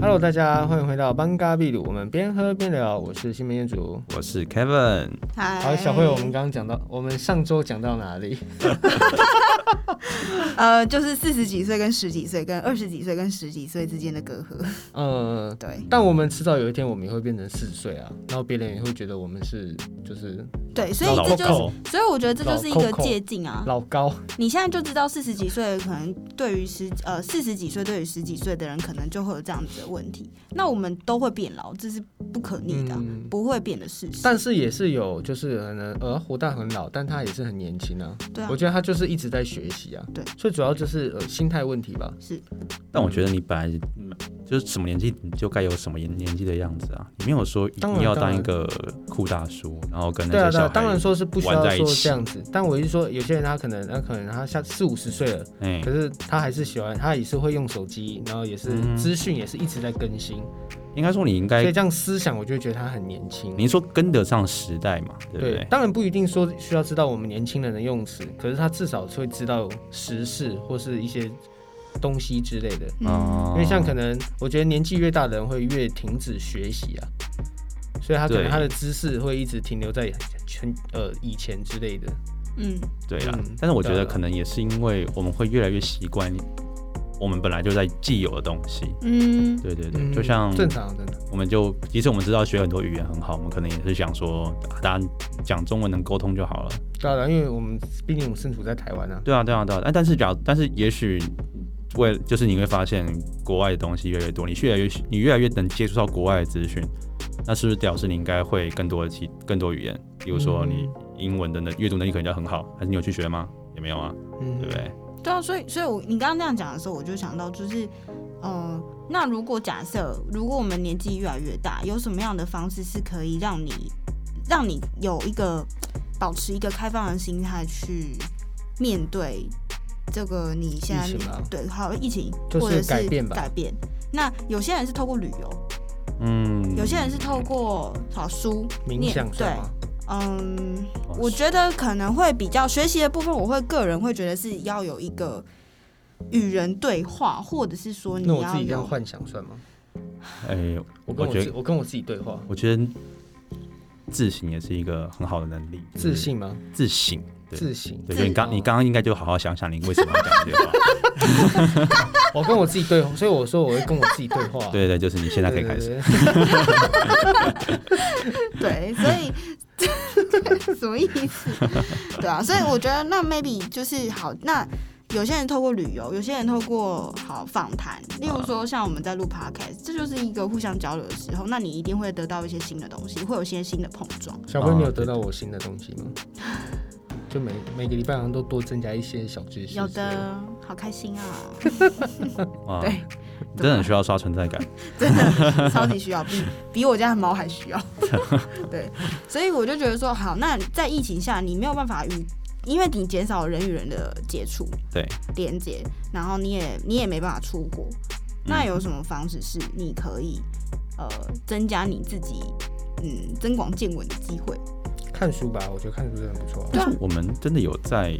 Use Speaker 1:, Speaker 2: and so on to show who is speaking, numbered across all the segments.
Speaker 1: Hello，大家欢迎回到班嘎秘鲁，我们边喝边聊。我是新门彦祖。
Speaker 2: 我是 Kevin，
Speaker 3: 嗨，
Speaker 1: 好，小慧，我们刚刚讲到，我们上周讲到哪里？
Speaker 3: 呃，就是四十几岁跟十几岁，跟二十几岁跟十几岁之间的隔阂，
Speaker 1: 嗯，
Speaker 3: 对
Speaker 1: 但我们迟早有一天，我们也会变成四十岁啊，然后别人也会觉得我们是就是
Speaker 3: 对，所以
Speaker 2: 老
Speaker 3: 这就是，
Speaker 2: 扣
Speaker 3: 所以我觉得这就是一
Speaker 1: 老
Speaker 3: 个
Speaker 1: 扣扣
Speaker 3: 借镜啊。
Speaker 1: 老高。
Speaker 3: 你现在就知道四十几岁可能对于十呃四十几岁对于十几岁的人，可能就会有这样子的问题。那我们都会变老，这是不可逆的啊、
Speaker 1: 嗯
Speaker 3: 不会变的事实。
Speaker 1: 但是也是有，就是可能呃活到很老，但他也是很年轻啊。
Speaker 3: 对啊
Speaker 1: 我觉得他就是一直在学习啊。
Speaker 3: 对，
Speaker 1: 所以主要就是呃心态问题吧。
Speaker 2: 但我觉得你本来就是什么年纪你就该有什么年年纪的样子啊，你没有说一
Speaker 1: 当
Speaker 2: 定
Speaker 1: 然
Speaker 2: 要
Speaker 1: 当
Speaker 2: 当
Speaker 1: 然
Speaker 2: 一个酷大叔，然后跟
Speaker 1: 对啊，
Speaker 2: 那些
Speaker 1: 对
Speaker 2: 小
Speaker 1: 啊，
Speaker 2: 孩，
Speaker 1: 当然说是不需要
Speaker 2: 玩在一
Speaker 1: 说
Speaker 2: 起
Speaker 1: 这样子，但我是说有些人他可能他可能他下四五十岁了，
Speaker 2: 哎
Speaker 1: 可，是他还是喜欢，他也是会用手机，然后也是
Speaker 2: 嗯哎
Speaker 1: 资讯也是一直在更新，
Speaker 2: 应该说你应
Speaker 1: 所以
Speaker 2: 该，
Speaker 1: 这样思想我就会觉得他很年轻。
Speaker 2: 你说跟得上时代嘛，对不
Speaker 1: 对
Speaker 2: 对，？
Speaker 1: 当然不一定说需要知道我们年轻人的用词，可是他至少会知道时事或是一些东西之类的。
Speaker 3: 嗯，
Speaker 1: 因为像可能，我觉得年纪越大的人会越停止学习啊，所以他可能
Speaker 2: 对
Speaker 1: 他的知识会一直停留在全呃以前之类的。
Speaker 3: 嗯，
Speaker 2: 对啦
Speaker 1: 嗯，
Speaker 2: 但是我觉
Speaker 1: 对
Speaker 2: 得
Speaker 1: 啊
Speaker 2: 可能也是因为我们会越来越习惯我们本来就在既有的东西。
Speaker 3: 嗯，
Speaker 2: 对对对，就像
Speaker 1: 正常正常，
Speaker 2: 我们就，即使我们知道学很多语言很好，我们可能也是想说，啊大家讲中文能沟通就好了。
Speaker 1: 当然，因为我们毕竟我们身处在台湾啊，
Speaker 2: 对啊，对啊，对啊。但但是假如，但是也许为就是你会发现国外的东西越来越多，你越来越你越来越能接触到国外的资讯，那是不是表示你应该会更多的其更多语言？比如说你
Speaker 1: 嗯
Speaker 2: 英文的能阅读能力可能就很好，还是你有去学吗？也没有啊，
Speaker 1: 嗯，
Speaker 2: 对不对？
Speaker 3: 对啊，所以所以我你刚刚那样讲的时候，我就想到就是，呃，那如果假设如果我们年纪越来越大，有什么样的方式是可以让你让你有一个保持一个开放的心态去面对这个你现在
Speaker 1: 疫情吧
Speaker 3: 对还有疫情
Speaker 1: 就是
Speaker 3: 或者是
Speaker 1: 改变吧
Speaker 3: 改变。那有些人是透过旅游，
Speaker 2: 嗯，
Speaker 3: 有些人是透过好书
Speaker 1: 冥
Speaker 3: 念
Speaker 1: 想
Speaker 3: 对
Speaker 1: 算，吗？
Speaker 3: 嗯，
Speaker 1: 哦
Speaker 2: 哇
Speaker 3: 我觉得可能会比较学习的部分，我会个人会觉得是要有一个与人对话，或者是哦说你
Speaker 1: 那我
Speaker 3: 要
Speaker 1: 自己这样
Speaker 3: 有
Speaker 1: 幻想算吗？
Speaker 2: 哎、
Speaker 1: 我跟我
Speaker 2: 我觉得嗯
Speaker 1: 自我跟我自己对话，
Speaker 2: 我觉得自省也是一个很好的能力。
Speaker 1: 自信吗？
Speaker 2: 就是自省，对
Speaker 1: 自信。
Speaker 2: 对，就你刚你刚刚应该就好好想想你为什么要讲这 句话。
Speaker 1: 我跟我自己对话，所以我说我会跟我自己对话。
Speaker 2: 对对，就是你现在
Speaker 1: 对，
Speaker 2: 可以开始。
Speaker 1: 始。
Speaker 3: 对，所以什么意思？对啊，所以我觉得那 maybe 就是好，那有些人透过旅游，有些人透过好访谈，例如说像我们在录 podcast，这就是一个互相交流的时候，那你一定会得到一些新的东西，会有一些新的碰撞。
Speaker 1: 小辉，你有
Speaker 2: 哦
Speaker 1: 得到我新的东西吗？就每每个礼拜好像都多增加一些小知识。
Speaker 3: 有，的，好开心啊！
Speaker 2: 哇，
Speaker 3: 对
Speaker 2: 你啊真的很需要刷存在感。
Speaker 3: 真的超级需要，比比我家的猫还需要。对，所以我就觉得说，好，那在疫情下，你没有办法与，因为你减少人与人的接触
Speaker 2: 对，
Speaker 3: 连接，然后你也你也没办法出国，那有什么方式是你可以呃增加你自己嗯增广见闻的机会？
Speaker 1: 看书吧，我觉得看书真的很不错。
Speaker 3: 对啊，
Speaker 2: 我们真的有在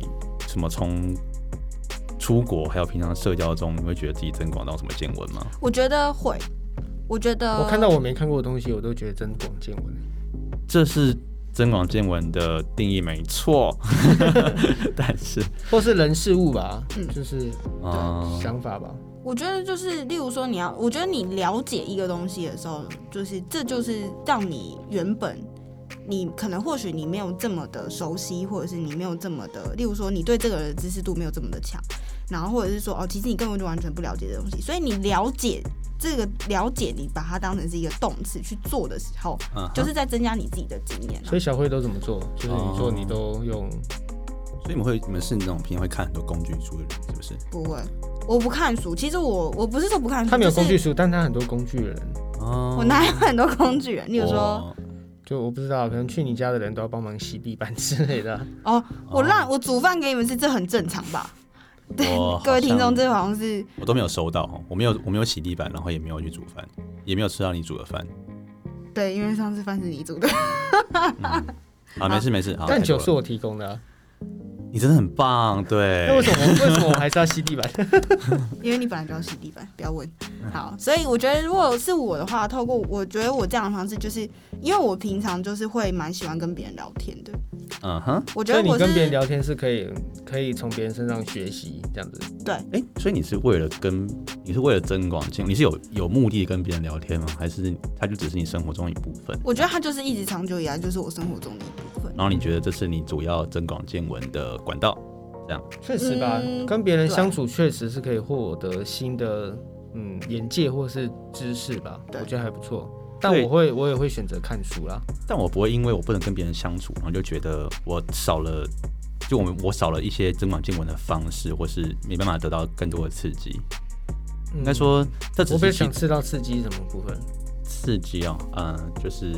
Speaker 2: 什么从出国还有平常社交中，你会觉得自己增广到什么见闻吗？
Speaker 3: 我觉得会，我觉得
Speaker 1: 我看到我没看过的东西，我都觉得增广见闻。
Speaker 2: 这是增广见闻的定义没 错，但是
Speaker 1: 或是人事物吧，
Speaker 3: 嗯
Speaker 1: 就是
Speaker 2: 啊、
Speaker 1: 想法吧。
Speaker 3: 我觉得就是，例如说你要，我觉得你了解一个东西的时候，就是这就是让你原本你可能或许你没有这么的熟悉，或者是你没有这么的，例如说你对这个人的知识度没有这么的强，然后或者是说哦，其实你根本就完全不了解这东西，所以你了解这个了解，你把它当成是一个动词去做的时候，
Speaker 2: 嗯哼
Speaker 3: 就是在增加你自己的经验、
Speaker 1: 啊
Speaker 3: 啊
Speaker 1: 所。以小慧都怎么做？就是你做，
Speaker 2: 哦
Speaker 1: 你都用
Speaker 2: 所以你们会你们是那种平常会看很多工具书的人，是不是？
Speaker 3: 不会，我不看书。其实我我不是说不看书，
Speaker 1: 他没有
Speaker 3: 就是
Speaker 1: 工具书，但他很多工具人。
Speaker 2: 哦
Speaker 3: 我哪有很多工具人？例如说。
Speaker 1: 哦
Speaker 2: 哇
Speaker 1: 就我不知道，可能去你家的人都要帮忙洗地板之类的啊。
Speaker 2: 嗯
Speaker 3: 哦，我让我煮饭给你们吃，这很正常吧？对
Speaker 2: 我
Speaker 1: 哦
Speaker 2: 好，
Speaker 3: 各位听众，
Speaker 2: 像
Speaker 3: 这好像是
Speaker 2: 我都没有收到哦，我没有我没有洗地板，然后也没有去煮饭，也没有吃到你煮的饭。
Speaker 3: 对，因为上次饭是你煮的，
Speaker 2: 啊，没事没事，好
Speaker 1: 但
Speaker 2: 太多
Speaker 1: 酒
Speaker 2: 了
Speaker 1: 是我提供的啊，
Speaker 2: 你真的很棒，对
Speaker 1: 那。为什么为什么我还是要吸地 板？
Speaker 3: 因为你本来就要洗地板，不要问。
Speaker 1: 嗯
Speaker 3: 好，所以我觉得如果是我的话，透过我觉得我这样的方式，就是因为我平常就是会蛮喜欢跟别人聊天的。
Speaker 2: 嗯哼，
Speaker 3: 我觉
Speaker 1: 所
Speaker 3: 得
Speaker 1: 以你
Speaker 3: 我是
Speaker 1: 跟别人聊天是可以可以从别人身上学习这样子。
Speaker 2: 哎、所以你是为了跟你是为了增广见闻，你是有有目的跟别人聊天吗？还是它就只是你生活中一部分？
Speaker 3: 我觉得它就是一直长久以来 就是我生活中的一部分。
Speaker 2: 然后你觉得这是你主要增广见闻的管道？
Speaker 1: 确实吧，
Speaker 3: 嗯
Speaker 1: 跟别人相处确实是可以获得新的嗯眼界或是知识吧，
Speaker 3: 对
Speaker 1: 我觉得还不错。但
Speaker 2: 对
Speaker 1: 我会我也会选择看书啦。
Speaker 2: 但我不会因为我不能跟别人相处，然后就觉得我少了，就我们我少了一些增广见闻的方式，或是没办法得到更多的刺激。
Speaker 1: 应
Speaker 2: 应该，说，这
Speaker 1: 嗯我
Speaker 2: 只
Speaker 1: 被
Speaker 2: 是
Speaker 1: 想
Speaker 2: 其
Speaker 1: 吃到刺激什么部分？
Speaker 2: 刺激哦，嗯、就是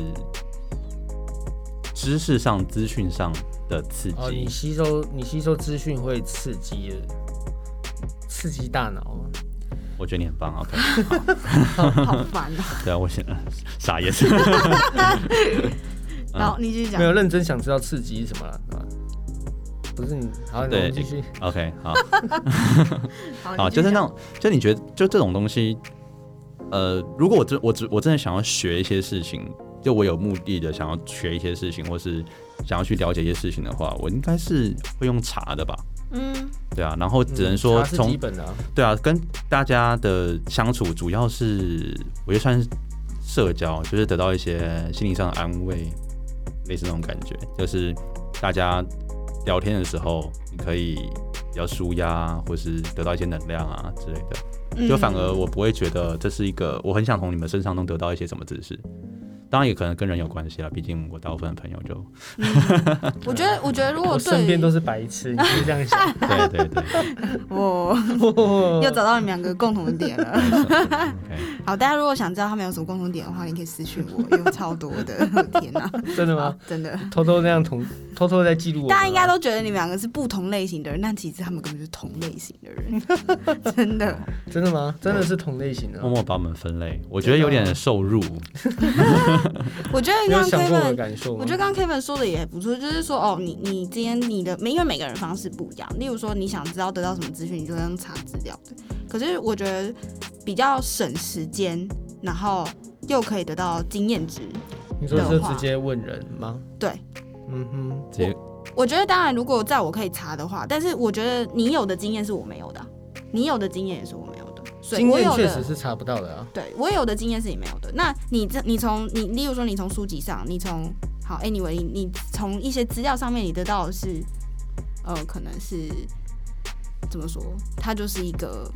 Speaker 2: 知识上、资讯上的刺
Speaker 1: 哦，
Speaker 2: 激
Speaker 1: 你。吸收你吸收资讯会刺激刺激大脑啊吗。
Speaker 2: 我觉得你很棒，OK？
Speaker 3: 好烦啊！
Speaker 2: 对啊，我想 傻眼。嗯
Speaker 3: 然后你继续讲
Speaker 1: 没。有认真想知道刺激是什么了，是吧不是你，好，你
Speaker 2: 对
Speaker 1: 继续。
Speaker 2: OK，好。
Speaker 3: 好，
Speaker 2: 啊，
Speaker 3: 哦你继
Speaker 2: 就是那
Speaker 3: 续讲
Speaker 2: 种，就你觉得就这种东西，呃，如果我真我只我真的想要学一些事情，就我有目的的想要学一些事情，或是想要去了解一些事情的话，我应该是会用查的吧？
Speaker 3: 嗯，
Speaker 2: 对啊，然后只能
Speaker 1: 嗯
Speaker 2: 说
Speaker 1: 茶是
Speaker 2: 从、
Speaker 1: 基本的啊，
Speaker 2: 对啊，跟大家的相处主要是我觉得算是社交，就是得到一些心灵上的安慰，类似那种感觉，就是大家聊天的时候，你可以比较舒压，或是得到一些能量啊之类的。就反而我不会觉得这是一个，我很想从你们身上中得到一些什么知识。当然也可能跟人有关系啦，毕竟我大部分的朋友就
Speaker 3: 嗯我觉得，我觉得如果
Speaker 1: 我身边
Speaker 3: 对
Speaker 1: 都是白痴，你就是这样 想。哦
Speaker 2: 对对对，
Speaker 3: 我 又找到你们两个共同的点了。
Speaker 2: OK，
Speaker 3: 好，大家如果想知道他们有什么共同点的话，你可以私信我，有超多 的，我的天哪、
Speaker 1: 真的
Speaker 3: 好
Speaker 1: 吗？
Speaker 3: 真的。
Speaker 1: 偷偷那样同偷偷在记录我们啊。
Speaker 3: 大家应该都觉得你们两个是不同类型的人，但其实他们根本就是同类型的人， 真的。
Speaker 1: 真的吗？真的是同类型的
Speaker 2: 默
Speaker 1: 啊，
Speaker 2: 默把我们分类，我觉得有点受辱。
Speaker 3: 我觉得
Speaker 1: 你有
Speaker 3: 刚
Speaker 1: 想
Speaker 3: 刚
Speaker 1: 过我的
Speaker 3: Kevin，
Speaker 1: 感受
Speaker 3: 我
Speaker 1: 吗
Speaker 3: 觉？得刚刚 Kevin 说的也不错，就是说哦，你你今天你的每因为每个人方式不一样，例如说你想知道得到什么资讯，你就用查资料的。可是我觉得比较省时间，然后又可以得到经验值，
Speaker 1: 你说是
Speaker 3: 的话
Speaker 1: 直接问人吗？
Speaker 3: 对，
Speaker 1: 嗯哼，
Speaker 2: 直接
Speaker 3: 我觉得当然，如果在我可以查的话，但是我觉得你有的经验是我没有的啊，你有的经验也是我没有的，所以
Speaker 1: 经
Speaker 3: 我
Speaker 1: 验
Speaker 3: 有
Speaker 1: 确实
Speaker 3: 的。
Speaker 1: 是查不到的啊。
Speaker 3: 对我有的经验是你没有的。那你这你从你，例如说你从书籍上，你从好，anyway，你你从一些资料上面你得到的是，呃，可能是怎么说，它就是一个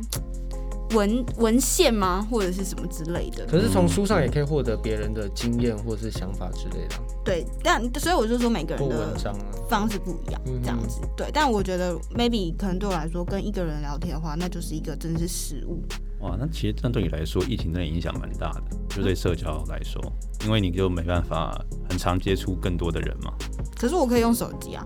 Speaker 3: 文文献吗，或者是什么之类的。
Speaker 1: 可是从书上也可以获得别人的经验或是想法之类的啊，
Speaker 3: 对，但所以我就说每个
Speaker 1: 或
Speaker 3: 人的
Speaker 1: 文章啊。
Speaker 3: 方式不一样，这样子。对，但我觉得 maybe 可能对我来说，跟一个人聊天的话，那就是一个真的是实物。
Speaker 2: 哇，那其实这样对你来说，疫情真的影响蛮大的，就对社交来说，因为你就没办法很常接触更多的人嘛。
Speaker 3: 可是我可以用手机啊，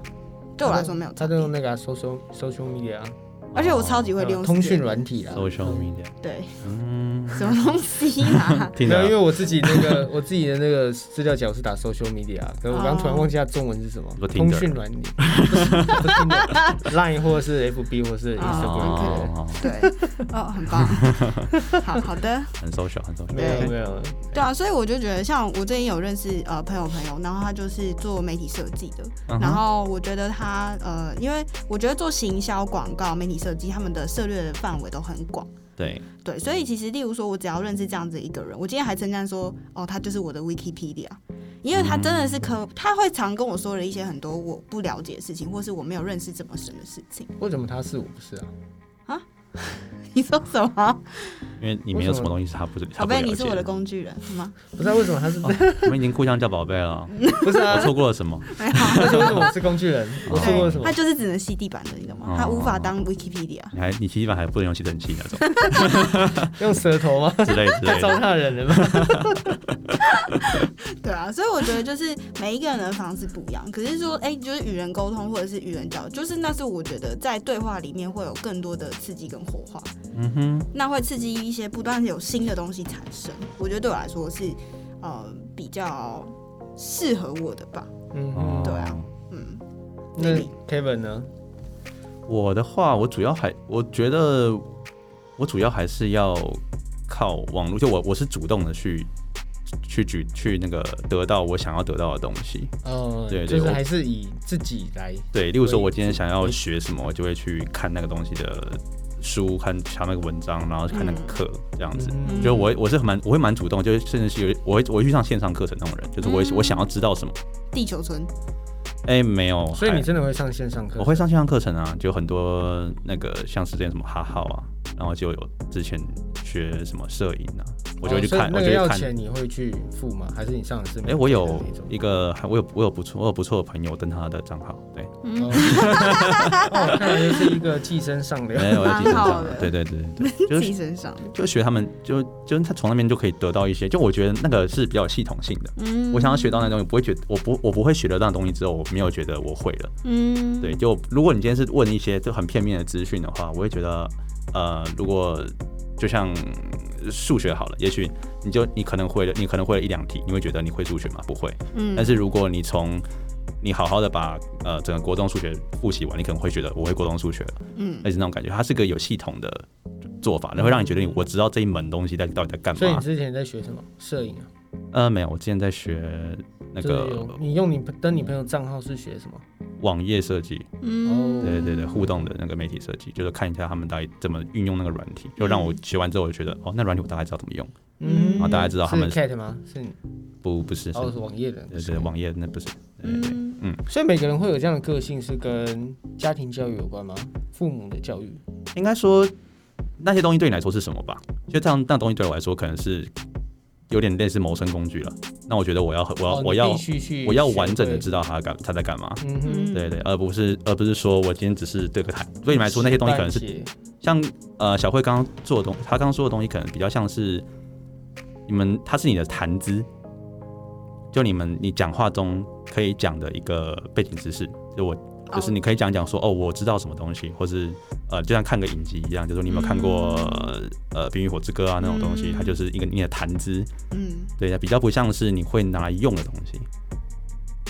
Speaker 3: 对我来说没有
Speaker 1: 他
Speaker 3: 差
Speaker 1: 都
Speaker 3: 别
Speaker 1: 用。那个啊 social social media 啊呃
Speaker 3: 而且我超级会利用
Speaker 1: 通
Speaker 3: 时间
Speaker 1: 讯软体啦。
Speaker 2: social media，
Speaker 3: 对
Speaker 2: 嗯，？
Speaker 3: 什么东西啊啦
Speaker 2: 听
Speaker 1: 没有，因为
Speaker 2: 到
Speaker 1: 我自己那个 我自己的那个资料夹我是打 social media，可是我刚刚
Speaker 3: 哦
Speaker 1: 突然忘记它中文是什么
Speaker 2: 哦你说，Tinder
Speaker 1: 通讯软体 不是，Tinder，Line 或者是 FB 或是 Instagram 之类的。
Speaker 2: 哦，
Speaker 3: 对，哦，很棒。 好好的，
Speaker 2: 很 social，很 social，
Speaker 1: 没有没有，
Speaker 3: 对啊，所以我就觉得，像我最近有认识呃朋友朋友，然后他就是做媒体设计的，
Speaker 2: 嗯哼
Speaker 3: 然后我觉得他呃，因为我觉得做行销、广告、媒体设计，他们的涉猎的范围都很广。
Speaker 2: 对，
Speaker 3: 对，所以其实例如说，我只要认识这样子一个人，我今天还称赞说，哦，他就是我的 Wikipedia，因为他真的是可，他会常跟我说了一些很多我不了解的事情，或是我没有认识这么深的事情。
Speaker 1: 为什么他是我不是啊？
Speaker 3: 你说什么？
Speaker 2: 因为你没有什么东西是他不是他
Speaker 3: 宝
Speaker 2: 不了
Speaker 3: 贝，
Speaker 2: 解。
Speaker 3: 你是我的工具人，好吗？
Speaker 1: 不知道为什么他是
Speaker 2: 我们已经互相叫宝贝 了，
Speaker 1: 哦不是啊
Speaker 2: 我？错过了什么？
Speaker 3: 没有，
Speaker 1: 而且为什么我是工具人？
Speaker 2: 哦
Speaker 1: 我错过了什么
Speaker 3: 他？就是只能吸地板的，你懂吗？他无法当 Wikipedia。
Speaker 2: 你还你基本还不能用吸尘器那种
Speaker 1: 用舌头吗？
Speaker 2: 之类之
Speaker 1: 太
Speaker 2: 类
Speaker 1: 糟
Speaker 2: 的。
Speaker 1: 蹋人了吧？
Speaker 3: 对啊，所以我觉得就是每一个人的方式不一样，可是说，哎、就是与人沟通或者是与人交流，就是那是我觉得在对话里面会有更多的刺激跟火花。
Speaker 2: 嗯哼，
Speaker 3: 那会刺激一些不断有新的东西产生。我觉得对我来说是呃比较适合我的吧。
Speaker 1: 嗯，
Speaker 2: 哦
Speaker 3: 对啊，嗯，
Speaker 1: 那 Kevin 呢？
Speaker 2: 我的话，我主要还我觉得我主要还是要靠网络，就我我是主动的去去举去那个得到我想要得到的东西。
Speaker 1: 呃，
Speaker 2: 对对
Speaker 1: 就是
Speaker 2: 我
Speaker 1: 还是以自己来，
Speaker 2: 对，例如说
Speaker 1: 对
Speaker 2: 我今天想要学什么，我就会去看那个东西的书，看查那个文章，然后看那个
Speaker 3: 嗯
Speaker 2: 课，这样子。
Speaker 1: 嗯
Speaker 2: 就是我我是很蛮我会蛮主动，就是甚至是有我会我会去上线上课程那种人，就是我会、
Speaker 3: 嗯
Speaker 2: 我想要知道什么，
Speaker 3: 地球村，
Speaker 2: 哎、没有，
Speaker 1: 所以你
Speaker 2: 还
Speaker 1: 真的会上线上课？
Speaker 2: 我会上线上课程啊，就很多那个像是之前什么哈号啊，然后就有之前学什么摄影啊，我就会去
Speaker 1: 哦所以
Speaker 2: 看，我
Speaker 1: 那个
Speaker 2: 就
Speaker 1: 要
Speaker 2: 会看。
Speaker 1: 钱你会去付吗？还是你上的是免费
Speaker 2: 哎、
Speaker 1: 的
Speaker 2: 我有
Speaker 1: 那种
Speaker 2: 一个，我有我有不错，我有不错的朋友登他的账号， 对，
Speaker 1: 哦 哦，看来就是一个寄生上流。
Speaker 2: 没有我有
Speaker 3: 蛮
Speaker 2: 记得
Speaker 3: 好
Speaker 2: 账号
Speaker 3: 的，
Speaker 2: 对对对对 对，就是
Speaker 3: 自己身上，
Speaker 2: 就学他们，就就是他从那边就可以得到一些，就我觉得那个是比较有系统性的。
Speaker 3: 嗯
Speaker 2: 我想要学到那东西，不会觉得我不我不会学得到那东西之后，我没有觉得我会了。
Speaker 3: 嗯，
Speaker 2: 对，就如果你今天是问一些就很片面的资讯的话，我会觉得，呃，如果就像数学好了，也许你就你可能会了，你可能会了一两题，你会觉得你会数学吗？不会。
Speaker 3: 嗯，
Speaker 2: 但是如果你从你好好的把呃整个国中数学复习完，你可能会觉得我会国中数学了，
Speaker 3: 嗯
Speaker 2: 类似那种感觉。它是个有系统的做法，然后会让你觉得你我知道这一门东西在到底在干
Speaker 1: 所以你
Speaker 2: 嘛。
Speaker 1: 之前在学什么？摄影啊？
Speaker 2: 呃，没有，我之前在学那
Speaker 1: 就是
Speaker 2: 个
Speaker 1: 有你用你登你朋友账号是学什么？
Speaker 2: 网页设计，
Speaker 3: 嗯，
Speaker 2: 对对对，互动的那个媒体设计，就是看一下他们到底怎么运用那个软体，就让我学完之后，我就觉得哦，那软体我大概知道怎么用。
Speaker 3: 嗯好
Speaker 2: 哦大家知道他们
Speaker 1: 是 cat 吗？是你
Speaker 2: 不，不是，是
Speaker 1: 哦，是网页的。
Speaker 2: 对对，网页那不是，对对对，
Speaker 3: 嗯，
Speaker 1: 所以每个人会有这样的个性，是跟家庭教育有关吗？父母的教育？
Speaker 2: 应该说那些东西对你来说是什么吧？就这样，那东西对我来说可能是有点类似谋生工具了。那我觉得我要我要
Speaker 1: 哦
Speaker 2: 我
Speaker 1: 你
Speaker 2: 要
Speaker 1: 必须去
Speaker 2: 我要完整的知
Speaker 1: 学
Speaker 2: 道他干他在干嘛。
Speaker 1: 会。嗯哼，
Speaker 2: 对对，而不是而不是说我今天只是这个台，对你来说那些东西可能是
Speaker 1: 半截
Speaker 2: 像呃小慧刚刚做的东，她刚刚说的东西可能比较像是你们，它是你的谈资，就你们你讲话中可以讲的一个背景知识，就我就是你可以讲一讲说哦，我知道什么东西，或是呃，就像看个影集一样，就是你有没有看过、呃《冰与火之歌》啊那种东西，
Speaker 3: 嗯
Speaker 2: 它就是一个你的谈资，
Speaker 3: 嗯
Speaker 2: 对，它比较不像是你会拿来用的东西。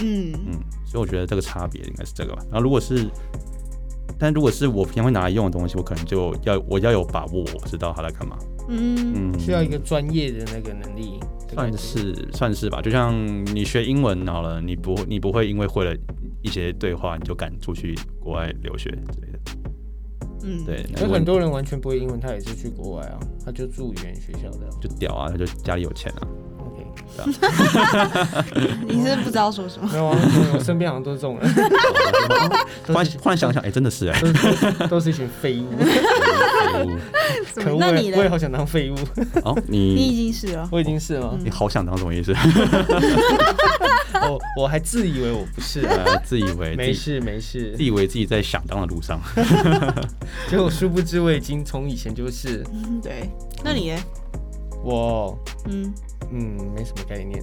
Speaker 3: 嗯
Speaker 2: 嗯，所以我觉得这个差别应该是这个吧。然后如果是，但如果是我平常会拿来用的东西，我可能就要我要有把握，我知道他在干嘛。
Speaker 3: 嗯
Speaker 2: 嗯，
Speaker 1: 需要一个专业的那个能力。对吧
Speaker 2: 算是算是吧。就像你学英文好了，你不你不会因为会了一些对话，你就赶出去国外留学之类的。
Speaker 3: 嗯，
Speaker 2: 对，那
Speaker 1: 有
Speaker 2: 如果
Speaker 1: 很多人完全不会英文，他也是去国外啊，他就住语言学校的啊、
Speaker 2: 就屌啊，他就家里有钱啊。
Speaker 1: OK，
Speaker 3: 你是不知道说什么，
Speaker 1: 没有啊，没有我身边好像都是这种人，
Speaker 2: 忽然忽然想想，哎、真 的是哎、
Speaker 1: 都是都是一群废 物，可恶！
Speaker 3: 那你
Speaker 1: 我也
Speaker 3: 呢？
Speaker 1: 好想当废物，
Speaker 2: 哦，
Speaker 3: 你
Speaker 2: 你
Speaker 3: 已经是了，
Speaker 1: 我已经是了 吗？
Speaker 2: 你好想当什么意思？
Speaker 1: 哦，我还自以为我不是啊，
Speaker 2: 呃，自以 为
Speaker 1: 没
Speaker 2: 自己
Speaker 1: 事没事
Speaker 2: 自，以为自己在想当的路上。
Speaker 1: 结果殊不知我已经从以前就是
Speaker 3: 嗯对，那你呢？
Speaker 1: 我，
Speaker 3: 嗯，
Speaker 1: 嗯，没什么概念，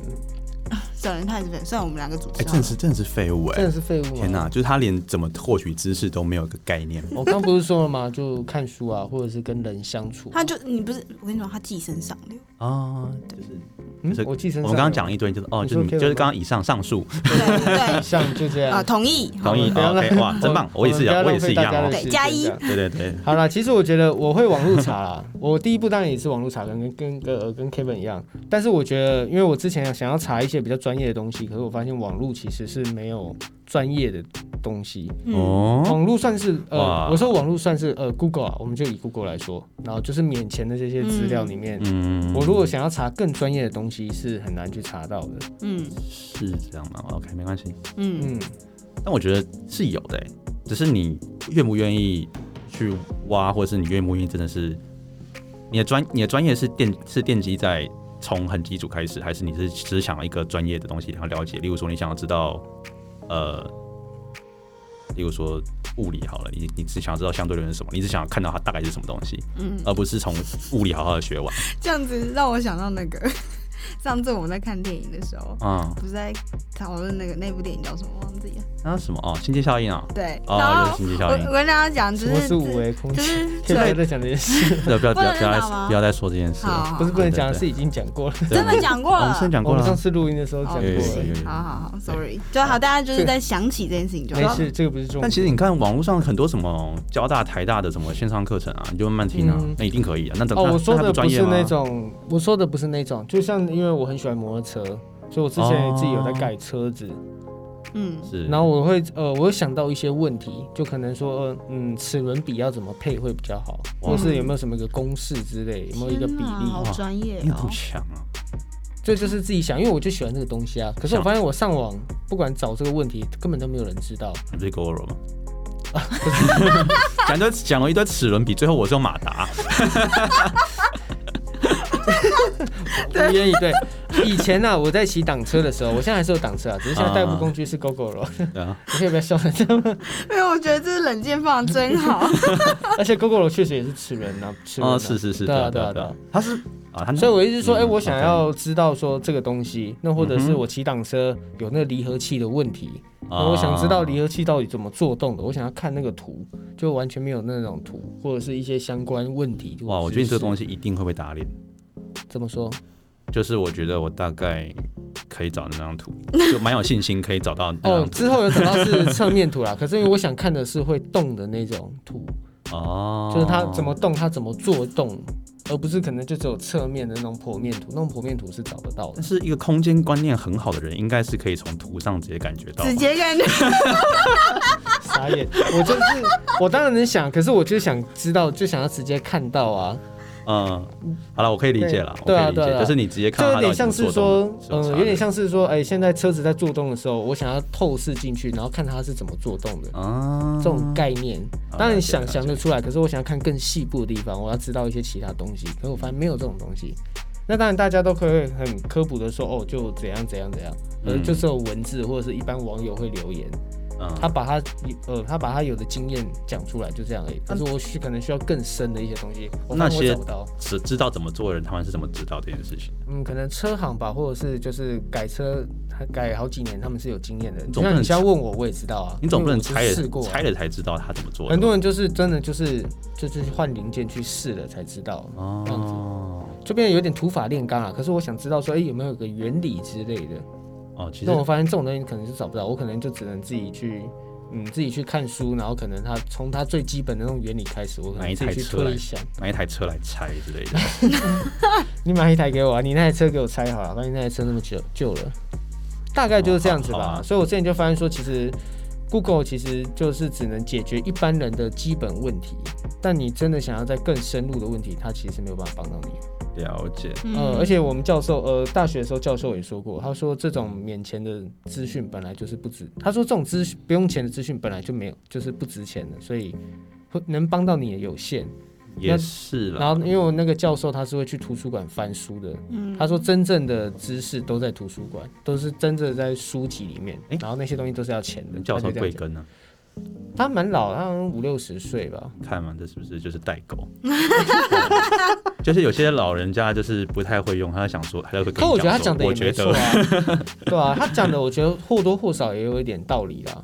Speaker 3: 小人太子粉，算我们两个主
Speaker 2: 哎、
Speaker 3: 持好
Speaker 2: 真
Speaker 3: 了，
Speaker 2: 的是真的是废物哎、
Speaker 1: 真的是废物吗啊
Speaker 2: 天哪、！就是他连怎么获取知识都没有一个概念。
Speaker 1: 我刚不是说了吗？就看书啊，或者是跟人相处。啊
Speaker 3: 他就你不是我跟你说，他寄生上 流，
Speaker 2: 啊，就是
Speaker 1: 嗯
Speaker 2: 就是
Speaker 1: 我寄生
Speaker 2: 我
Speaker 1: 上
Speaker 2: 们刚刚
Speaker 1: 流
Speaker 2: 讲了一堆，就是哦，
Speaker 1: 你
Speaker 2: 就
Speaker 1: 说
Speaker 2: 是你
Speaker 1: 可以
Speaker 2: 就是
Speaker 1: 吗
Speaker 2: 刚刚以上上述
Speaker 3: 对对
Speaker 1: 像就这
Speaker 2: 哦
Speaker 3: 啊，
Speaker 1: 样，
Speaker 3: 同意，
Speaker 2: 同意
Speaker 1: 我们不要
Speaker 2: 哦，OK，
Speaker 1: 浪
Speaker 2: 哇，真棒，我也是一样，我也是一样哦，
Speaker 3: 对加一
Speaker 2: 对对对，
Speaker 1: 好啦，其实我觉得我会网路查啦。 我第一步当然也是网路查，跟跟跟呃跟 Kevin 一样。但是我觉得，因为我之前想要查一些比较专业的东西，可是我发现网路其实是没有专业的东西。
Speaker 3: 嗯
Speaker 2: 哦，
Speaker 1: 网路算是呃
Speaker 2: 哇，
Speaker 1: 我说网路算是呃 Google 啊，我们就以 Google 来说，然后就是免钱的这些资料里面，
Speaker 2: 嗯，
Speaker 1: 我如果想要查更专业的东西，是很难去查到的。
Speaker 3: 嗯
Speaker 2: 是这样吗？OK，没关系，
Speaker 3: 嗯，
Speaker 1: 嗯，
Speaker 2: 但我觉得是有的欸，只是你愿不愿意去挖，或者是你愿不愿意，真的是你的专你的专业是奠是奠基在从很基础开始，还是你是只是想要一个专业的东西然后了解？例如说你想要知道，呃，例如说物理好了，你你只想要知道相对论是什么，你只想要看到它大概是什么东西，嗯，而不是从物理好好的学完。
Speaker 3: 这样子让我想到那个 上次我们在看电影的时候，
Speaker 2: 嗯，
Speaker 3: 不是在讨论那个那部电影叫什么，忘记了。
Speaker 2: 那什么哦，星际效应啊，
Speaker 3: 对，
Speaker 2: 哦，
Speaker 3: 然
Speaker 2: 有
Speaker 3: 后
Speaker 2: 星际
Speaker 3: 我
Speaker 2: 效应
Speaker 3: 我，跟大家讲，就
Speaker 1: 什么
Speaker 3: 是
Speaker 1: 是五维空
Speaker 3: 就
Speaker 1: 间？可以不
Speaker 3: 是
Speaker 1: 要
Speaker 3: 对，
Speaker 1: 再讲这件事，
Speaker 2: 对，不要不要不
Speaker 3: 不能
Speaker 2: 要
Speaker 3: 打吗
Speaker 2: 再不要再说这件事
Speaker 3: 好
Speaker 2: 了，
Speaker 3: 好
Speaker 1: 不是不能讲，
Speaker 2: 对对
Speaker 1: 是已经讲过了。
Speaker 2: 对
Speaker 3: 真的讲过
Speaker 2: 我们
Speaker 3: 了
Speaker 2: 之。前哦讲
Speaker 1: 我
Speaker 2: 过
Speaker 1: 们上
Speaker 2: 了，
Speaker 1: 次录音的时候讲
Speaker 3: 哦
Speaker 1: 过
Speaker 2: 有有有
Speaker 1: 了，
Speaker 2: 有有
Speaker 3: 好好好
Speaker 2: 对
Speaker 3: ，sorry，就好，大家就是在想起这件事情就
Speaker 1: 没
Speaker 3: 好。
Speaker 1: 事，这个不是重点。
Speaker 2: 但其实你看网络上很多什么交大、台大的什么线上课程啊，你就慢慢听啊，
Speaker 1: 嗯
Speaker 2: 那一定可以啊。那等
Speaker 1: 哦，我说的
Speaker 2: 专
Speaker 1: 不
Speaker 2: 业
Speaker 1: 是
Speaker 2: 吗？
Speaker 1: 那种，我说的不是那种，就像因为我很喜欢摩托车，所以我之前也自己有
Speaker 2: 哦
Speaker 1: 在改车子，
Speaker 3: 嗯，
Speaker 2: 是，
Speaker 1: 然后我会呃，我会想到一些问题，就可能说，呃嗯，齿轮比要怎么配会比较好，
Speaker 2: 哇
Speaker 1: 或是有没有什么一个公式之类，有没有一个比
Speaker 3: 天哪
Speaker 1: 例，
Speaker 3: 好专业
Speaker 2: 你
Speaker 3: 哦
Speaker 2: 好。强啊！
Speaker 1: 这就是自己想，因为我就喜欢这个东西啊。可是我发现我上网不管找这个问题，根本都没有人知 道。
Speaker 2: 你不是 Goro 吗？讲一堆讲了一堆齿轮比，最后我是用马达，
Speaker 1: 无言以对。以前呢、啊，我在骑挡车的时候，我现在还是有挡车啊，只是现在代步工具是 GoGo 了。
Speaker 2: 对啊，
Speaker 1: 你可以不要笑成这样吗？
Speaker 3: 因为我觉得这是冷箭放得真 好。
Speaker 1: 而且 GoGo 确实也是齿轮啊，齿轮、啊
Speaker 2: 哦，是是是，
Speaker 1: 对啊对
Speaker 2: 对
Speaker 1: 啊
Speaker 2: 对啊，他是啊，他
Speaker 1: 所以我一直说，哎、
Speaker 2: 嗯
Speaker 1: 我想要知道说这个东西，那或者
Speaker 2: 嗯
Speaker 1: 是
Speaker 2: 哼
Speaker 1: 我骑挡车有那个离合器的问题，那
Speaker 2: 啊
Speaker 1: 我想知道离合器到底怎么做动的，我想要看那个图，就完全没有那种图，或者是一些相关问题。
Speaker 2: 哇，我觉得你这个东
Speaker 1: 西
Speaker 2: 西一定会被打脸，
Speaker 1: 怎么说？
Speaker 2: 就是我觉得我大概可以找那张图，就蛮有信心可以找到那
Speaker 1: 哦，
Speaker 2: 张图
Speaker 1: 之后有找到是侧面图啦， 可是因为我想看的是会动的那种图，
Speaker 2: 哦，
Speaker 1: 就是它怎么动，它怎么做动，而不是可能就只有侧面的那种剖面图，那种剖面图是找得到的
Speaker 2: 但。是一个空间观念很好的人，应该是可以从图上直接感觉到吧。
Speaker 3: 直接感觉
Speaker 1: 傻眼，我就是我当然能想，可是我就想知道，就想要直接看到啊，
Speaker 2: 嗯，好了，我可以理解了，
Speaker 1: 对
Speaker 2: 我可以
Speaker 1: 对啊对
Speaker 2: 理解，
Speaker 1: 啊
Speaker 2: 就是你直接看
Speaker 1: 这有
Speaker 2: 到它到
Speaker 1: 点
Speaker 2: 底怎
Speaker 1: 像
Speaker 2: 么
Speaker 1: 是
Speaker 2: 做
Speaker 1: 说
Speaker 2: 动，是有
Speaker 1: 嗯
Speaker 2: 差，
Speaker 1: 有点
Speaker 2: 的
Speaker 1: 像是说，哎、现在车子在做动的时候，我想要透视进去，然后看它是怎么做动的。
Speaker 2: 啊
Speaker 1: 这种概念，
Speaker 2: 好
Speaker 1: 当然
Speaker 2: 啊了解
Speaker 1: 想
Speaker 2: 了解
Speaker 1: 想得出来，可是我想要看更细部的地方，我要知道一些其他东西，可是我发现没有这种东西。那当然，大家都可以很科普的说，哦，就怎样怎样怎样，而
Speaker 2: 嗯
Speaker 1: 就是有文字或者是一般网友会留言，
Speaker 2: 嗯
Speaker 1: 他把他呃他把他有的经验讲出来，就这样而已。但是我需可能需要更深的一些东西，我发
Speaker 2: 那
Speaker 1: 现我
Speaker 2: 些
Speaker 1: 找不到。
Speaker 2: 只知道怎么做的人，他们是怎么知道这件事情？
Speaker 1: 嗯，可能车行吧，或者是就是改车还改好几年，他们是有经验的。就
Speaker 2: 你总不
Speaker 1: 像
Speaker 2: 能
Speaker 1: 你现在问我，我也知道啊。
Speaker 2: 你总不能
Speaker 1: 因为
Speaker 2: 拆
Speaker 1: 我就
Speaker 2: 了
Speaker 1: 试过啊
Speaker 2: 拆了才知道他怎么做的吧。
Speaker 1: 很多人就是真的就是就是换零件去试了才知道，这样子
Speaker 2: 哦
Speaker 1: 就变得有点土法炼钢啊。可是我想知道说，哎、有没有个原理之类的？
Speaker 2: 哦，其实
Speaker 1: 那我发现这种东西可能是找不到，我可能就只能自己去，嗯，自己去看书，然后可能它从它最基本的那种原理开始，我可
Speaker 2: 买
Speaker 1: 能
Speaker 2: 一
Speaker 1: 自
Speaker 2: 台
Speaker 1: 己去
Speaker 2: 车
Speaker 1: 推
Speaker 2: 来
Speaker 1: 想。
Speaker 2: 买一台车来拆之类的，
Speaker 1: 你买一台给我啊，你那台车给我拆好了，反正你那台车那么久旧了，大概就是这样子
Speaker 2: 哦好
Speaker 1: 吧。
Speaker 2: 啊
Speaker 1: 所以我之前就发现说，其实 Google 其实就是只能解决一般人的基本问题，但你真的想要在更深入的问题，它其实是没有办法帮到你。
Speaker 2: 了解。
Speaker 3: 嗯
Speaker 1: 呃，而且我们教授，呃，大学的时候教授也说过，他说这种免钱的资讯本来就是不值，他说这种资讯不用钱的资讯本来就没有，就是不值钱的，所以会能帮到你的有限。
Speaker 2: 也是啦，
Speaker 1: 然后因为我那个教授他是会去图书馆翻书的，
Speaker 3: 嗯
Speaker 1: 他说真正的知识都在图书馆，都是真正在书籍里面，
Speaker 2: 诶
Speaker 1: 然后那些东西都是要钱的。
Speaker 2: 教授
Speaker 1: 他就这
Speaker 2: 贵
Speaker 1: 样讲
Speaker 2: 庚呢？
Speaker 1: 他蛮老，他好像五六十岁吧。
Speaker 2: 看嘛，这是不是就是代 沟？就是有些老人家就是不太会用，他想说，他就会跟
Speaker 1: 可
Speaker 2: 你
Speaker 1: 我觉得他
Speaker 2: 说
Speaker 1: 讲的
Speaker 2: 我
Speaker 1: 也
Speaker 2: 觉
Speaker 1: 没
Speaker 2: 得
Speaker 1: 错啊，对啊，他讲的我觉得或多或少也有一点道理啦。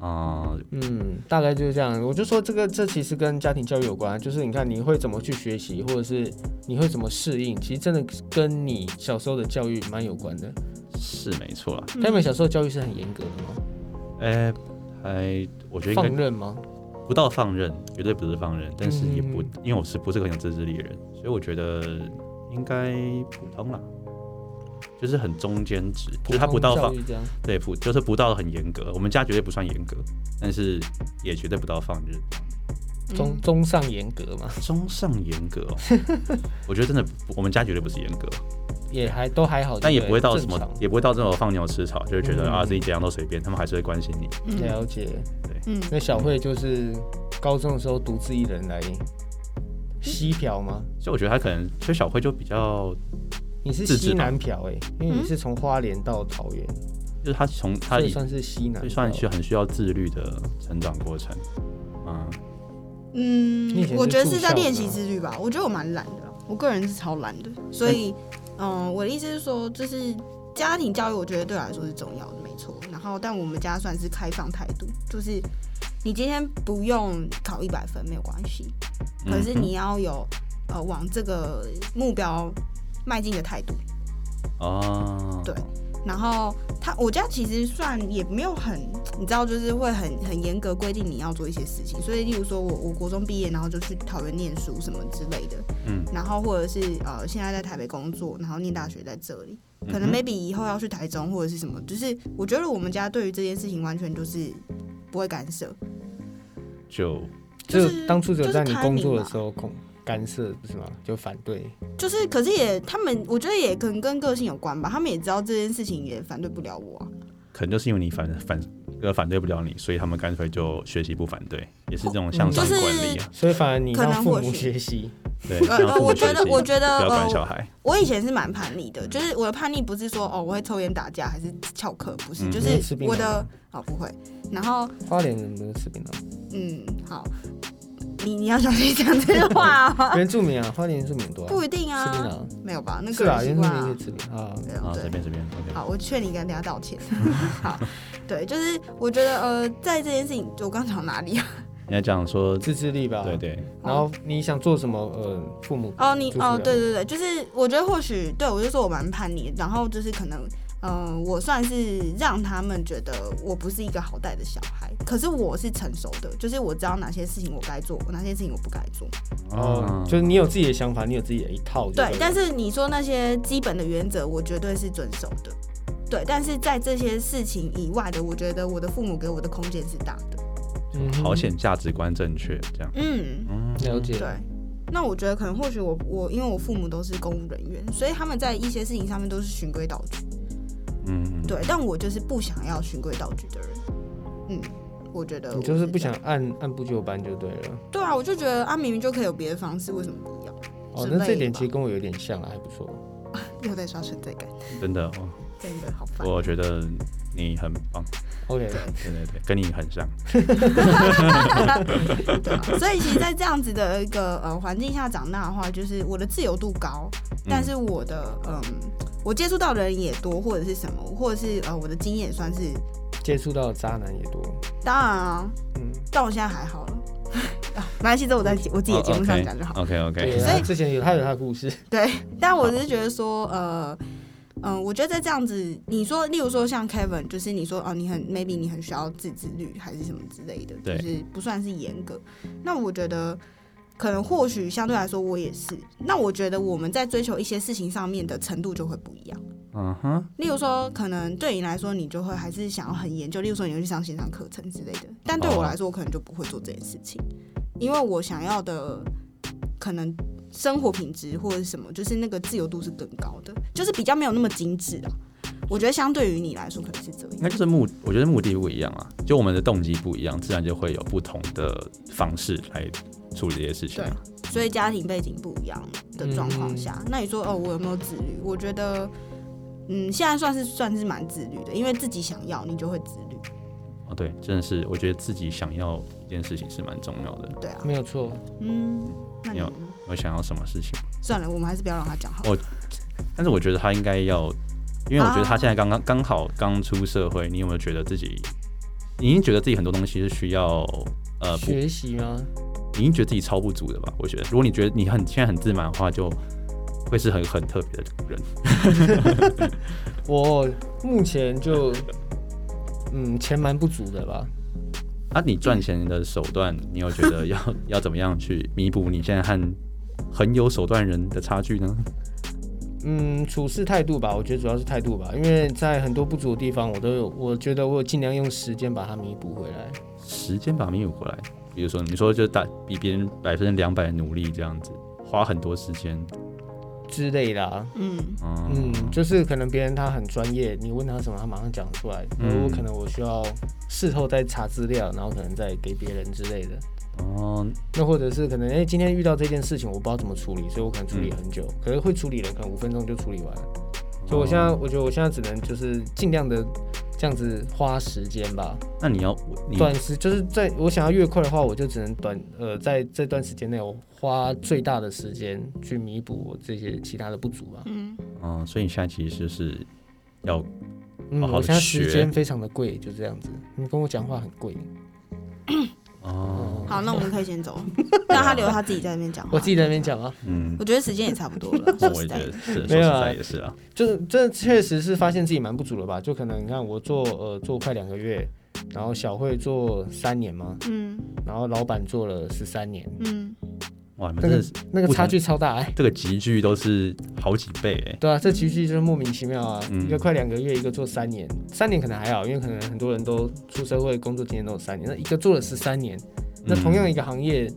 Speaker 2: 啊，
Speaker 1: 嗯，大概就是这样。我就说这个，这其实跟家庭教育有关，就是你看你会怎么去学习，或者是你会怎么适应，其实真的跟你小时候的教育蛮有关的。
Speaker 2: 是没错
Speaker 3: 嗯
Speaker 2: 啦。
Speaker 1: 他们小时候教育是很严格的吗？
Speaker 2: 哎、还我觉得应该
Speaker 1: 放任吗？
Speaker 2: 不到放任，绝对不是放任，但是也不，
Speaker 1: 嗯
Speaker 2: 因为我是不是个很有自制力的人，所以我觉得应该普通啦，就是很中间值，就是他不到
Speaker 1: 普通
Speaker 2: 放
Speaker 1: 教，育这样。
Speaker 2: 对不就是不到很严格，我们家绝对不算严格，但是也绝对不到放任，
Speaker 3: 嗯
Speaker 1: 中中上严格嘛，
Speaker 2: 中上严格 哦，我觉得真的不，我们家绝对不是严格，
Speaker 1: 也还都还好就对了，
Speaker 2: 但也不会到什么
Speaker 1: 正常，
Speaker 2: 也不会到这种放牛吃草，就是觉
Speaker 1: 嗯
Speaker 2: 得、啊自己怎样都随便，他们还是会关心你，
Speaker 3: 嗯
Speaker 1: 了解。
Speaker 3: 嗯，
Speaker 1: 那小慧就是高中的时候独自一人来西漂吗？
Speaker 3: 嗯
Speaker 2: 所以我觉得他可能，所以小慧就比较
Speaker 1: 你是
Speaker 2: 自制
Speaker 1: 西
Speaker 2: 吧
Speaker 1: 南漂哎、因为你是从花莲到桃园，
Speaker 2: 就是他从他
Speaker 1: 所
Speaker 2: 以
Speaker 1: 以算是西南
Speaker 2: 所
Speaker 1: 漂。
Speaker 2: 以算是很需要自律的成长过程。嗯，
Speaker 1: 你以前
Speaker 3: 嗯，
Speaker 1: 是
Speaker 3: 我觉得是
Speaker 1: 住校
Speaker 3: 在
Speaker 1: 啊
Speaker 3: 练习
Speaker 1: 吗哎
Speaker 3: 自律吧。我觉得我蛮懒的，我个人是超懒的，所以嗯，我的意思是说，就是家庭教育，我觉得对我来说是重要的，没错。然后，但我们家算是开放态度，就是你今天不用考一百分没有关系，
Speaker 1: 嗯
Speaker 3: 可
Speaker 2: 嗯
Speaker 3: 是你要有呃往这个目标迈进的态度。
Speaker 2: 哦，
Speaker 3: 对然后他我家其实算也没有很，你知道，就是会很很严格规定你要做一些事情。所以，例如说我我国中毕业，然后就去桃园念书什么之类的，
Speaker 2: 嗯，
Speaker 3: 然后或者是呃现在在台北工作，然后念大学在这里，可能
Speaker 2: 嗯哼
Speaker 3: maybe 以后要去台中或者是什么，就是我觉得我们家对于这件事情完全就是不会干涉，
Speaker 2: 就
Speaker 1: 只
Speaker 3: 就是
Speaker 1: 有当初只有
Speaker 3: 就是
Speaker 1: 在你工
Speaker 3: timing
Speaker 1: 作的
Speaker 3: 嘛
Speaker 1: 时候恐干涉，不是吗？就反对。
Speaker 3: 就是可是也他们我觉得也可能跟个性有关吧，他们也知道这件事情也反对不了我啊、
Speaker 2: 可能就是因为你反反呃反对不了你，所以他们干脆就学习不反对，也是这种向上
Speaker 3: 嗯就是
Speaker 2: 管理 啊。
Speaker 1: 所以反而你
Speaker 3: 可
Speaker 1: 让
Speaker 3: 能
Speaker 1: 父
Speaker 3: 或
Speaker 1: 母
Speaker 3: 许
Speaker 1: 学习，
Speaker 2: 对，
Speaker 3: 呃
Speaker 2: 让
Speaker 3: 呃，
Speaker 2: 父母
Speaker 3: 我觉
Speaker 2: 学
Speaker 3: 得
Speaker 2: 习，
Speaker 3: 我觉得
Speaker 2: 不要
Speaker 3: 呃
Speaker 2: 管小孩。
Speaker 3: 我以前是蛮叛逆
Speaker 1: 嗯
Speaker 3: 的，就是我的叛逆不是说哦我会抽烟打架还是翘课，不是，
Speaker 2: 嗯
Speaker 3: 就
Speaker 1: 你会
Speaker 3: 是
Speaker 1: 吃槟榔
Speaker 3: 我的哦不会。然后
Speaker 1: 花莲人不是吃槟榔，
Speaker 3: 嗯好，你你要小心讲这句话、哦，
Speaker 1: 原住民啊，花莲原住民多、啊，
Speaker 3: 不一定
Speaker 1: 吃槟
Speaker 3: 啊，
Speaker 1: 榔
Speaker 3: 没有吧？那
Speaker 1: 是
Speaker 3: 个
Speaker 1: 啊，
Speaker 3: 人习
Speaker 1: 原住
Speaker 3: 惯
Speaker 1: 民可以，
Speaker 3: 啊
Speaker 1: 吃槟榔啊。
Speaker 3: 对
Speaker 2: 啊，随
Speaker 3: 对。
Speaker 2: 便随便，OK。
Speaker 3: 好，我劝你跟大家道歉。 好，对，就是我觉得呃，在这件事情，我刚讲哪里啊？
Speaker 2: 人家讲说，
Speaker 1: 自制力吧，
Speaker 2: 对对，
Speaker 1: 然后你想做什么，呃，父母
Speaker 3: 哦，你
Speaker 1: 祝福
Speaker 3: 哦，
Speaker 1: 人
Speaker 3: 对对对，就是我觉得或许对我就说我蛮叛逆，然后就是可能，嗯、我算是让他们觉得我不是一个好带的小孩，可是我是成熟的，就是我知道哪些事情我该做，哪些事情我不该做。
Speaker 1: 哦，
Speaker 2: 嗯
Speaker 1: 就是你有自己的想法，你有自己的一套就了，
Speaker 3: 对，但是你说那些基本的原则，我绝对是遵守的。对，但是在这些事情以外的，我觉得我的父母给我的空间是大的。
Speaker 1: 嗯哼
Speaker 2: 好险价值观正确，这样。
Speaker 3: 嗯，
Speaker 2: 嗯，
Speaker 1: 了解，
Speaker 3: 对，那我觉得可能或许我我因为我父母都是公务人员，所以他们在一些事情上面都是循规蹈矩。
Speaker 2: 嗯，
Speaker 3: 对，但我就是不想要循规蹈矩的人。嗯，我觉得
Speaker 1: 你
Speaker 3: 我
Speaker 1: 就是不
Speaker 3: 这
Speaker 1: 想
Speaker 3: 样。
Speaker 1: 按按部就班就对了。
Speaker 3: 对啊，我就觉得啊，明明就可以有别的方式，为什么不要？
Speaker 1: 哦，
Speaker 3: 之
Speaker 1: 那这
Speaker 3: 类
Speaker 1: 点
Speaker 3: 吧
Speaker 1: 其实跟我有点像啊，还不错。
Speaker 3: 又在刷存在感，
Speaker 2: 真的，哦
Speaker 3: 真的好烦。
Speaker 2: 我觉得你很棒，
Speaker 1: OK，
Speaker 2: 对对对，跟你很像。
Speaker 3: 对啊，所以其实，在这样子的一个呃环境下长大的话，就是我的自由度高，
Speaker 2: 嗯
Speaker 3: 但是我的嗯。我接触到的人也多，或者是什么，或者是呃，我的经验也算是，
Speaker 1: 接触到的渣男也多，
Speaker 3: 当然啊，
Speaker 1: 嗯，
Speaker 3: 但我现在还好了。 啊，没关系，这我在我自己的节目上讲就好。
Speaker 2: 嗯哦 OK
Speaker 1: 对
Speaker 2: OK，
Speaker 1: 啊，
Speaker 3: 所以
Speaker 1: 之前有他有他的故事，
Speaker 3: 对，但我只是觉得说，呃，嗯、我觉得在这样子，你说，例如说像 Kevin，就是你说哦，你很 maybe 你很需要自制律还是什么之类的，
Speaker 2: 对
Speaker 3: 就是不算是严格。那我觉得可能或许相对来说我也是。那我觉得我们在追求一些事情上面的程度就会不一样。
Speaker 2: 嗯哼，
Speaker 3: 例如说，可能对你来说，你就会还是想要很研究。例如说，你会去上线上课程之类的，但对我来说，我可能就不会做这件事情，因为我想要的可能生活品质或者是什么，就是那个自由度是更高的，就是比较没有那么精致啊。我觉得相对于你来说，可能是这
Speaker 2: 应该
Speaker 3: 样。
Speaker 2: 就是目，我觉得目的不一样啊，就我们的动机不一样，自然就会有不同的方式来处理这些事情啊。
Speaker 3: 所以家庭背景不一样的状况下，那你说哦，我有没有自律？我觉得，嗯，现在算是算是蛮自律的，因为自己想要，你就会自律。
Speaker 2: 哦，对，真的是，我觉得自己想要一件事情是蛮重要的。
Speaker 3: 对啊，
Speaker 1: 没有错。
Speaker 3: 嗯，那你
Speaker 2: 有
Speaker 3: 呢
Speaker 2: 我想要什么事情，
Speaker 3: 算了，我们还是不要让他讲好了。
Speaker 2: 但是我觉得他应该要，因为我觉得
Speaker 3: 啊
Speaker 2: 他现在刚刚刚好刚出社会，你有没有觉得自己，你已经觉得自己很多东西是需要呃不
Speaker 1: 学习吗？
Speaker 2: 你已经觉得自己超不足的吧？我觉得，如果你觉得你很现在很自满的话，就会是很很特别的人。
Speaker 1: 我目前就，嗯，钱蛮不足的吧。
Speaker 2: 啊，你赚钱的手段，你有觉得要 要怎么样去弥补你现在和很有手段人的差距呢？
Speaker 1: 嗯，处事态度吧，我觉得主要是态度吧，因为在很多不足的地方，我都有，我觉得我有尽量用时间把它弥补回来。
Speaker 2: 时间把弥补过来，比如说你说就打比别人百分之两百的努力这样子，花很多时间，
Speaker 1: 之类的、啊，
Speaker 3: 嗯，
Speaker 2: 嗯
Speaker 1: 嗯，就是可能别人他很专业，你问他什么，他马上讲出来。
Speaker 2: 嗯
Speaker 1: 而我可能我需要事后再查资料，然后可能再给别人之类的。
Speaker 2: 哦，
Speaker 1: 那或者是可能哎、诶今天遇到这件事情，我不知道怎么处理，所以我可能处理很久，
Speaker 2: 嗯
Speaker 1: 可是会处理的人可能五分钟就处理完了。
Speaker 2: 哦
Speaker 1: 所以我现在，我觉得我现在只能就是尽量的这样子花时间吧，
Speaker 2: 那你要你
Speaker 1: 短时就是在我想要越快的话，我就只能短呃在这段时间内我花最大的时间去弥补我这些其他的不足吧。
Speaker 2: 嗯，所以你现在其实是要哦
Speaker 1: 嗯，
Speaker 2: 好好地
Speaker 1: 我现在时
Speaker 2: 学
Speaker 1: 间非常的贵，就这样子。你跟我讲话很贵，
Speaker 2: 哦，
Speaker 3: 好，那我们可以先 走，让他留他自己在那边讲话。
Speaker 1: 我自己在那边讲啊，
Speaker 2: 嗯，
Speaker 3: 我觉得时间也差不多 了，
Speaker 2: 那
Speaker 3: 说
Speaker 2: 我
Speaker 3: 实
Speaker 2: 也觉
Speaker 3: 在的
Speaker 2: 得是，说实
Speaker 1: 没有啊
Speaker 2: 在也是啊，
Speaker 1: 就是这确实是发现自己蛮不足的吧？就可能你看我做呃做快两个月，然后小慧做三年嘛，
Speaker 3: 嗯
Speaker 1: 然后老板做了十三年，
Speaker 3: 嗯，
Speaker 2: 哇，你们
Speaker 1: 那
Speaker 2: 真的
Speaker 1: 个
Speaker 2: 是
Speaker 1: 那个
Speaker 2: 不同
Speaker 1: 差距超大哎、
Speaker 2: 这个集聚都是好几倍哎、
Speaker 1: 对啊，这其实就是莫名其妙啊，
Speaker 2: 嗯
Speaker 1: 一个快两个月，一个做三年，三年可能还好，因为可能很多人都出社会工作经验都有三年，那一个做了十三年，那同样一个行业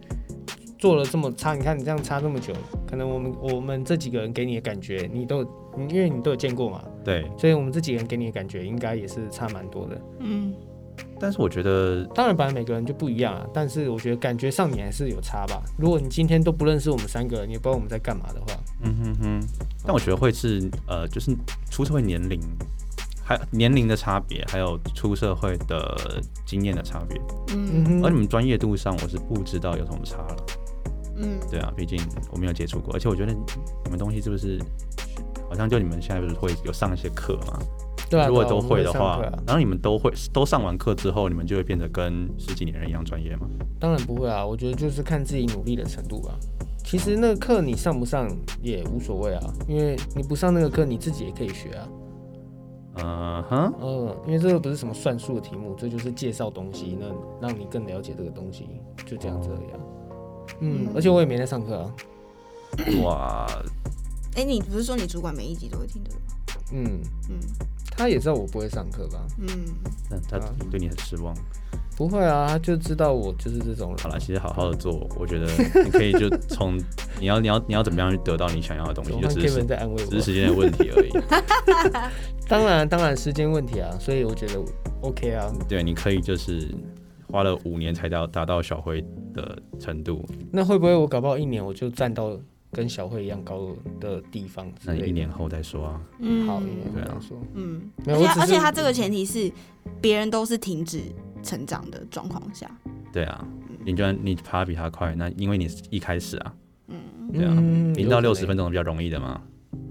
Speaker 1: 做了这么差，你看你这样差这么久，可能我们我们这几个人给你的感觉，你都有你因为你都有见过嘛，
Speaker 2: 对，
Speaker 1: 所以我们这几个人给你的感觉应该也是差蛮多的。
Speaker 3: 嗯，
Speaker 2: 但是我觉得
Speaker 1: 当然，本来每个人就不一样啊，但是我觉得感觉上你还是有差吧。如果你今天都不认识我们三个人，你也不知道我们在干嘛的话，
Speaker 2: 嗯哼哼，但我觉得会是呃，就是出社会年龄，还年龄的差别，还有出社会的经验的差别。
Speaker 1: 嗯
Speaker 3: 嗯
Speaker 1: 哼，
Speaker 2: 而你们专业度上，我是不知道有什么差了。
Speaker 3: 嗯，
Speaker 2: 对啊，毕竟我没有接触过，而且我觉得你们东西是不是好像就你们现在不是会有上一些课嘛？
Speaker 1: 对啊，
Speaker 2: 如果
Speaker 1: 对啊
Speaker 2: 都
Speaker 1: 我们
Speaker 2: 会的
Speaker 1: 上
Speaker 2: 话，
Speaker 1: 课啊
Speaker 2: 然后你们都会都上完课之后，你们就会变得跟十几年人一样专业嘛？
Speaker 1: 当然不会啊，我觉得就是看自己努力的程度吧。其实那个课你上不上也无所谓啊，因为你不上那个课，你自己也可以学啊。
Speaker 2: 嗯哼，
Speaker 1: 嗯，因为这个不是什么算术的题目，这就是介绍东西，那让你更了解这个东西，就这样子而已啊。嗯
Speaker 3: 嗯，
Speaker 1: 而且我也没在上课啊。
Speaker 2: 哇，
Speaker 3: 哎，你不是说你主管每一集都会听对吧？
Speaker 1: 嗯，
Speaker 3: 嗯
Speaker 1: 他也知道我不会上课吧？
Speaker 3: 嗯，
Speaker 2: 那他
Speaker 1: 啊
Speaker 2: 对你很失望。
Speaker 1: 不会啊，他就知道我就是这种人。
Speaker 2: 好了，其实好好的做，我觉得你可以 就从你要你要你要怎么样去得到你想要的东西，
Speaker 1: 我
Speaker 2: 就
Speaker 1: 看
Speaker 2: 只是
Speaker 1: Kevin 在安慰
Speaker 2: 只是
Speaker 1: 我。
Speaker 2: 时间的问题而已。
Speaker 1: 当然，当然时间问题啊，所以我觉得 OK 啊。
Speaker 2: 对，你可以就是花了五年才到达到小辉的程度，
Speaker 1: 那会不会我搞不好一年我就站到跟小慧一样高的地方之
Speaker 2: 那
Speaker 1: 类的？
Speaker 2: 一年后再说啊。
Speaker 3: 嗯
Speaker 1: 好一点
Speaker 2: 对
Speaker 1: 来
Speaker 2: 啊
Speaker 1: 说，
Speaker 3: 嗯，
Speaker 1: 没
Speaker 3: 而
Speaker 1: 有我
Speaker 3: 且
Speaker 1: 只是
Speaker 3: 而且他这个前提是别人都是停止成长的状况下，
Speaker 2: 对啊，你就算你爬得比他快，那因为你是一开始啊，对啊
Speaker 1: 嗯，
Speaker 2: 零到
Speaker 1: 有
Speaker 2: 六
Speaker 1: 可
Speaker 2: 十
Speaker 1: 能
Speaker 2: 分钟比较容易的嘛。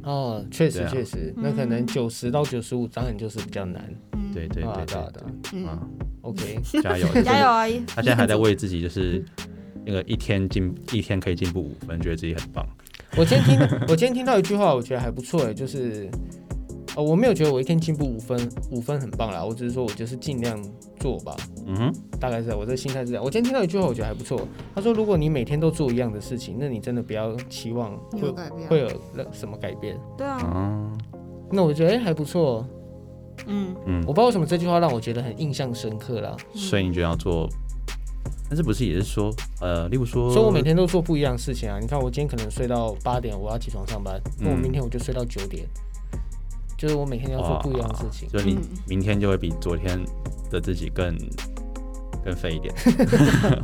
Speaker 1: 哦，确
Speaker 2: 对
Speaker 1: 实
Speaker 2: 啊
Speaker 1: 确实，那可能九十到九十五当然就是比较难，
Speaker 3: 嗯，
Speaker 2: 对对
Speaker 1: 啊
Speaker 2: 对
Speaker 1: 对
Speaker 2: 对
Speaker 1: 啊对啊
Speaker 3: 嗯，
Speaker 2: 啊，
Speaker 1: ，OK，
Speaker 2: 加油！
Speaker 3: 加油！啊！
Speaker 2: 他现在还在为自己就是那个一天进一天可以进步五分，觉得自己很棒。
Speaker 1: 我今天听 我今天听到一句话，我觉得还不错哎，就是。呃，我没有觉得我一天进步五分，五分很棒啦。我只是说我就是尽量做吧，
Speaker 2: 嗯哼，
Speaker 1: 大概是这样我这心态是这样。我今天听到一句话，我觉得还不错。他说，如果你每天都做一样的事情，那你真的不要期望
Speaker 3: 你
Speaker 1: 会
Speaker 3: 有改变，
Speaker 1: 会有任什么改变。
Speaker 3: 对啊，
Speaker 2: 哦，
Speaker 1: 那我觉得哎、还不错，
Speaker 3: 嗯，
Speaker 1: 我不知道为什么这句话让我觉得很印象深刻啦。
Speaker 2: 所以你就要做，呃但是不是也是说，呃，例如说，
Speaker 1: 所以我每天都做不一样的事情啊。你看，我今天可能睡到八点，我要起床上班，那、我
Speaker 2: 嗯
Speaker 1: 明天我就睡到九点，就是我每天要做
Speaker 2: 哇
Speaker 1: 不一样的事情。
Speaker 2: 就是你
Speaker 3: 嗯
Speaker 2: 明天就会比昨天的自己更更废一点。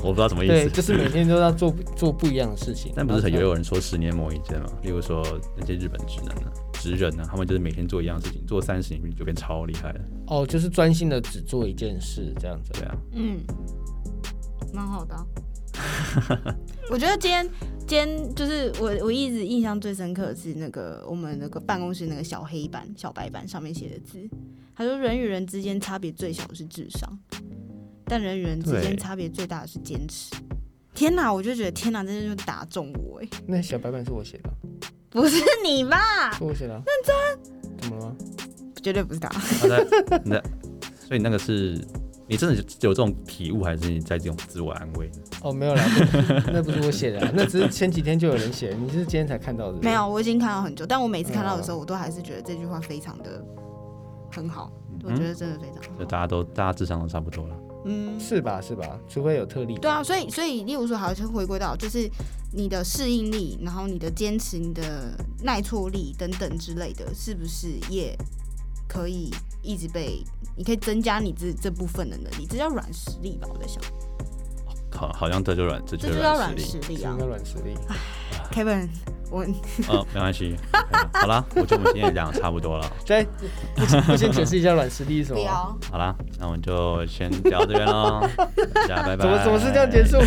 Speaker 2: 我不知道什么意
Speaker 1: 对，
Speaker 2: 思，
Speaker 1: 就是每天都要做做不一样的事情。
Speaker 2: 但不是很也
Speaker 1: 然后
Speaker 2: 有人说十年磨一剑嘛？例如说那些日本职能啊、职人啊，他们就是每天做一样事情，做三十年就变超厉害了。
Speaker 1: 哦，就是专心的只做一件事这样子。
Speaker 2: 对啊，
Speaker 3: 嗯，蛮好 的啊、我觉得今天今天就是我我一直印象最深刻的是那个我们那个办公室那个小黑板、小白板上面写的字，他说人与人之间差别最小的是智商，但人与人之
Speaker 2: 对
Speaker 3: 间差别最大的是坚持。天哪，我就觉得天哪，真的就打中我哎、
Speaker 1: 那小白板是我写的啊，
Speaker 3: 不是你吧？
Speaker 1: 是我写的、啊。认真？ 怎么了吗？
Speaker 3: 绝对不是他。
Speaker 2: 他在你在， 所以那个是你真的有这种体悟，还是你在这种自我安慰？
Speaker 1: 哦，没有啦，不那不是我写的、啊，那只是前几天就有人写，你是今天才看到的。
Speaker 3: 没有，我已经看到很久，但我每次看到的时候，我都还是觉得这句话非常的很好，我觉得真的非常
Speaker 2: 就
Speaker 3: 好。
Speaker 2: 大家都大家智商都差不多了。
Speaker 3: 嗯，
Speaker 1: 是吧？是吧？除非有特例。
Speaker 3: 对啊，所以所以，例如说，好，就回归到就是你的适应力，然后你的坚持、你的耐挫力等等之类的，是不是也可以一直被？你可以增加你这这部分的能力，这叫软实力吧？我在想，
Speaker 2: 好，好像这就软，这就
Speaker 3: 这
Speaker 2: 是
Speaker 3: 就叫
Speaker 2: 软实
Speaker 3: 软
Speaker 2: 力。
Speaker 3: 实力
Speaker 1: 是应
Speaker 3: 啊
Speaker 1: 该软实力。
Speaker 3: ，Kevin。我
Speaker 2: 呃，没关系，好啦，我觉得我们今天讲的差不多了。
Speaker 1: 对，不先解释一下软实力是什
Speaker 3: 不
Speaker 1: 么吗？
Speaker 3: 要，
Speaker 2: 好啦，那我们就先聊到这边喽，大家拜拜。
Speaker 1: 怎么怎么是这样结束？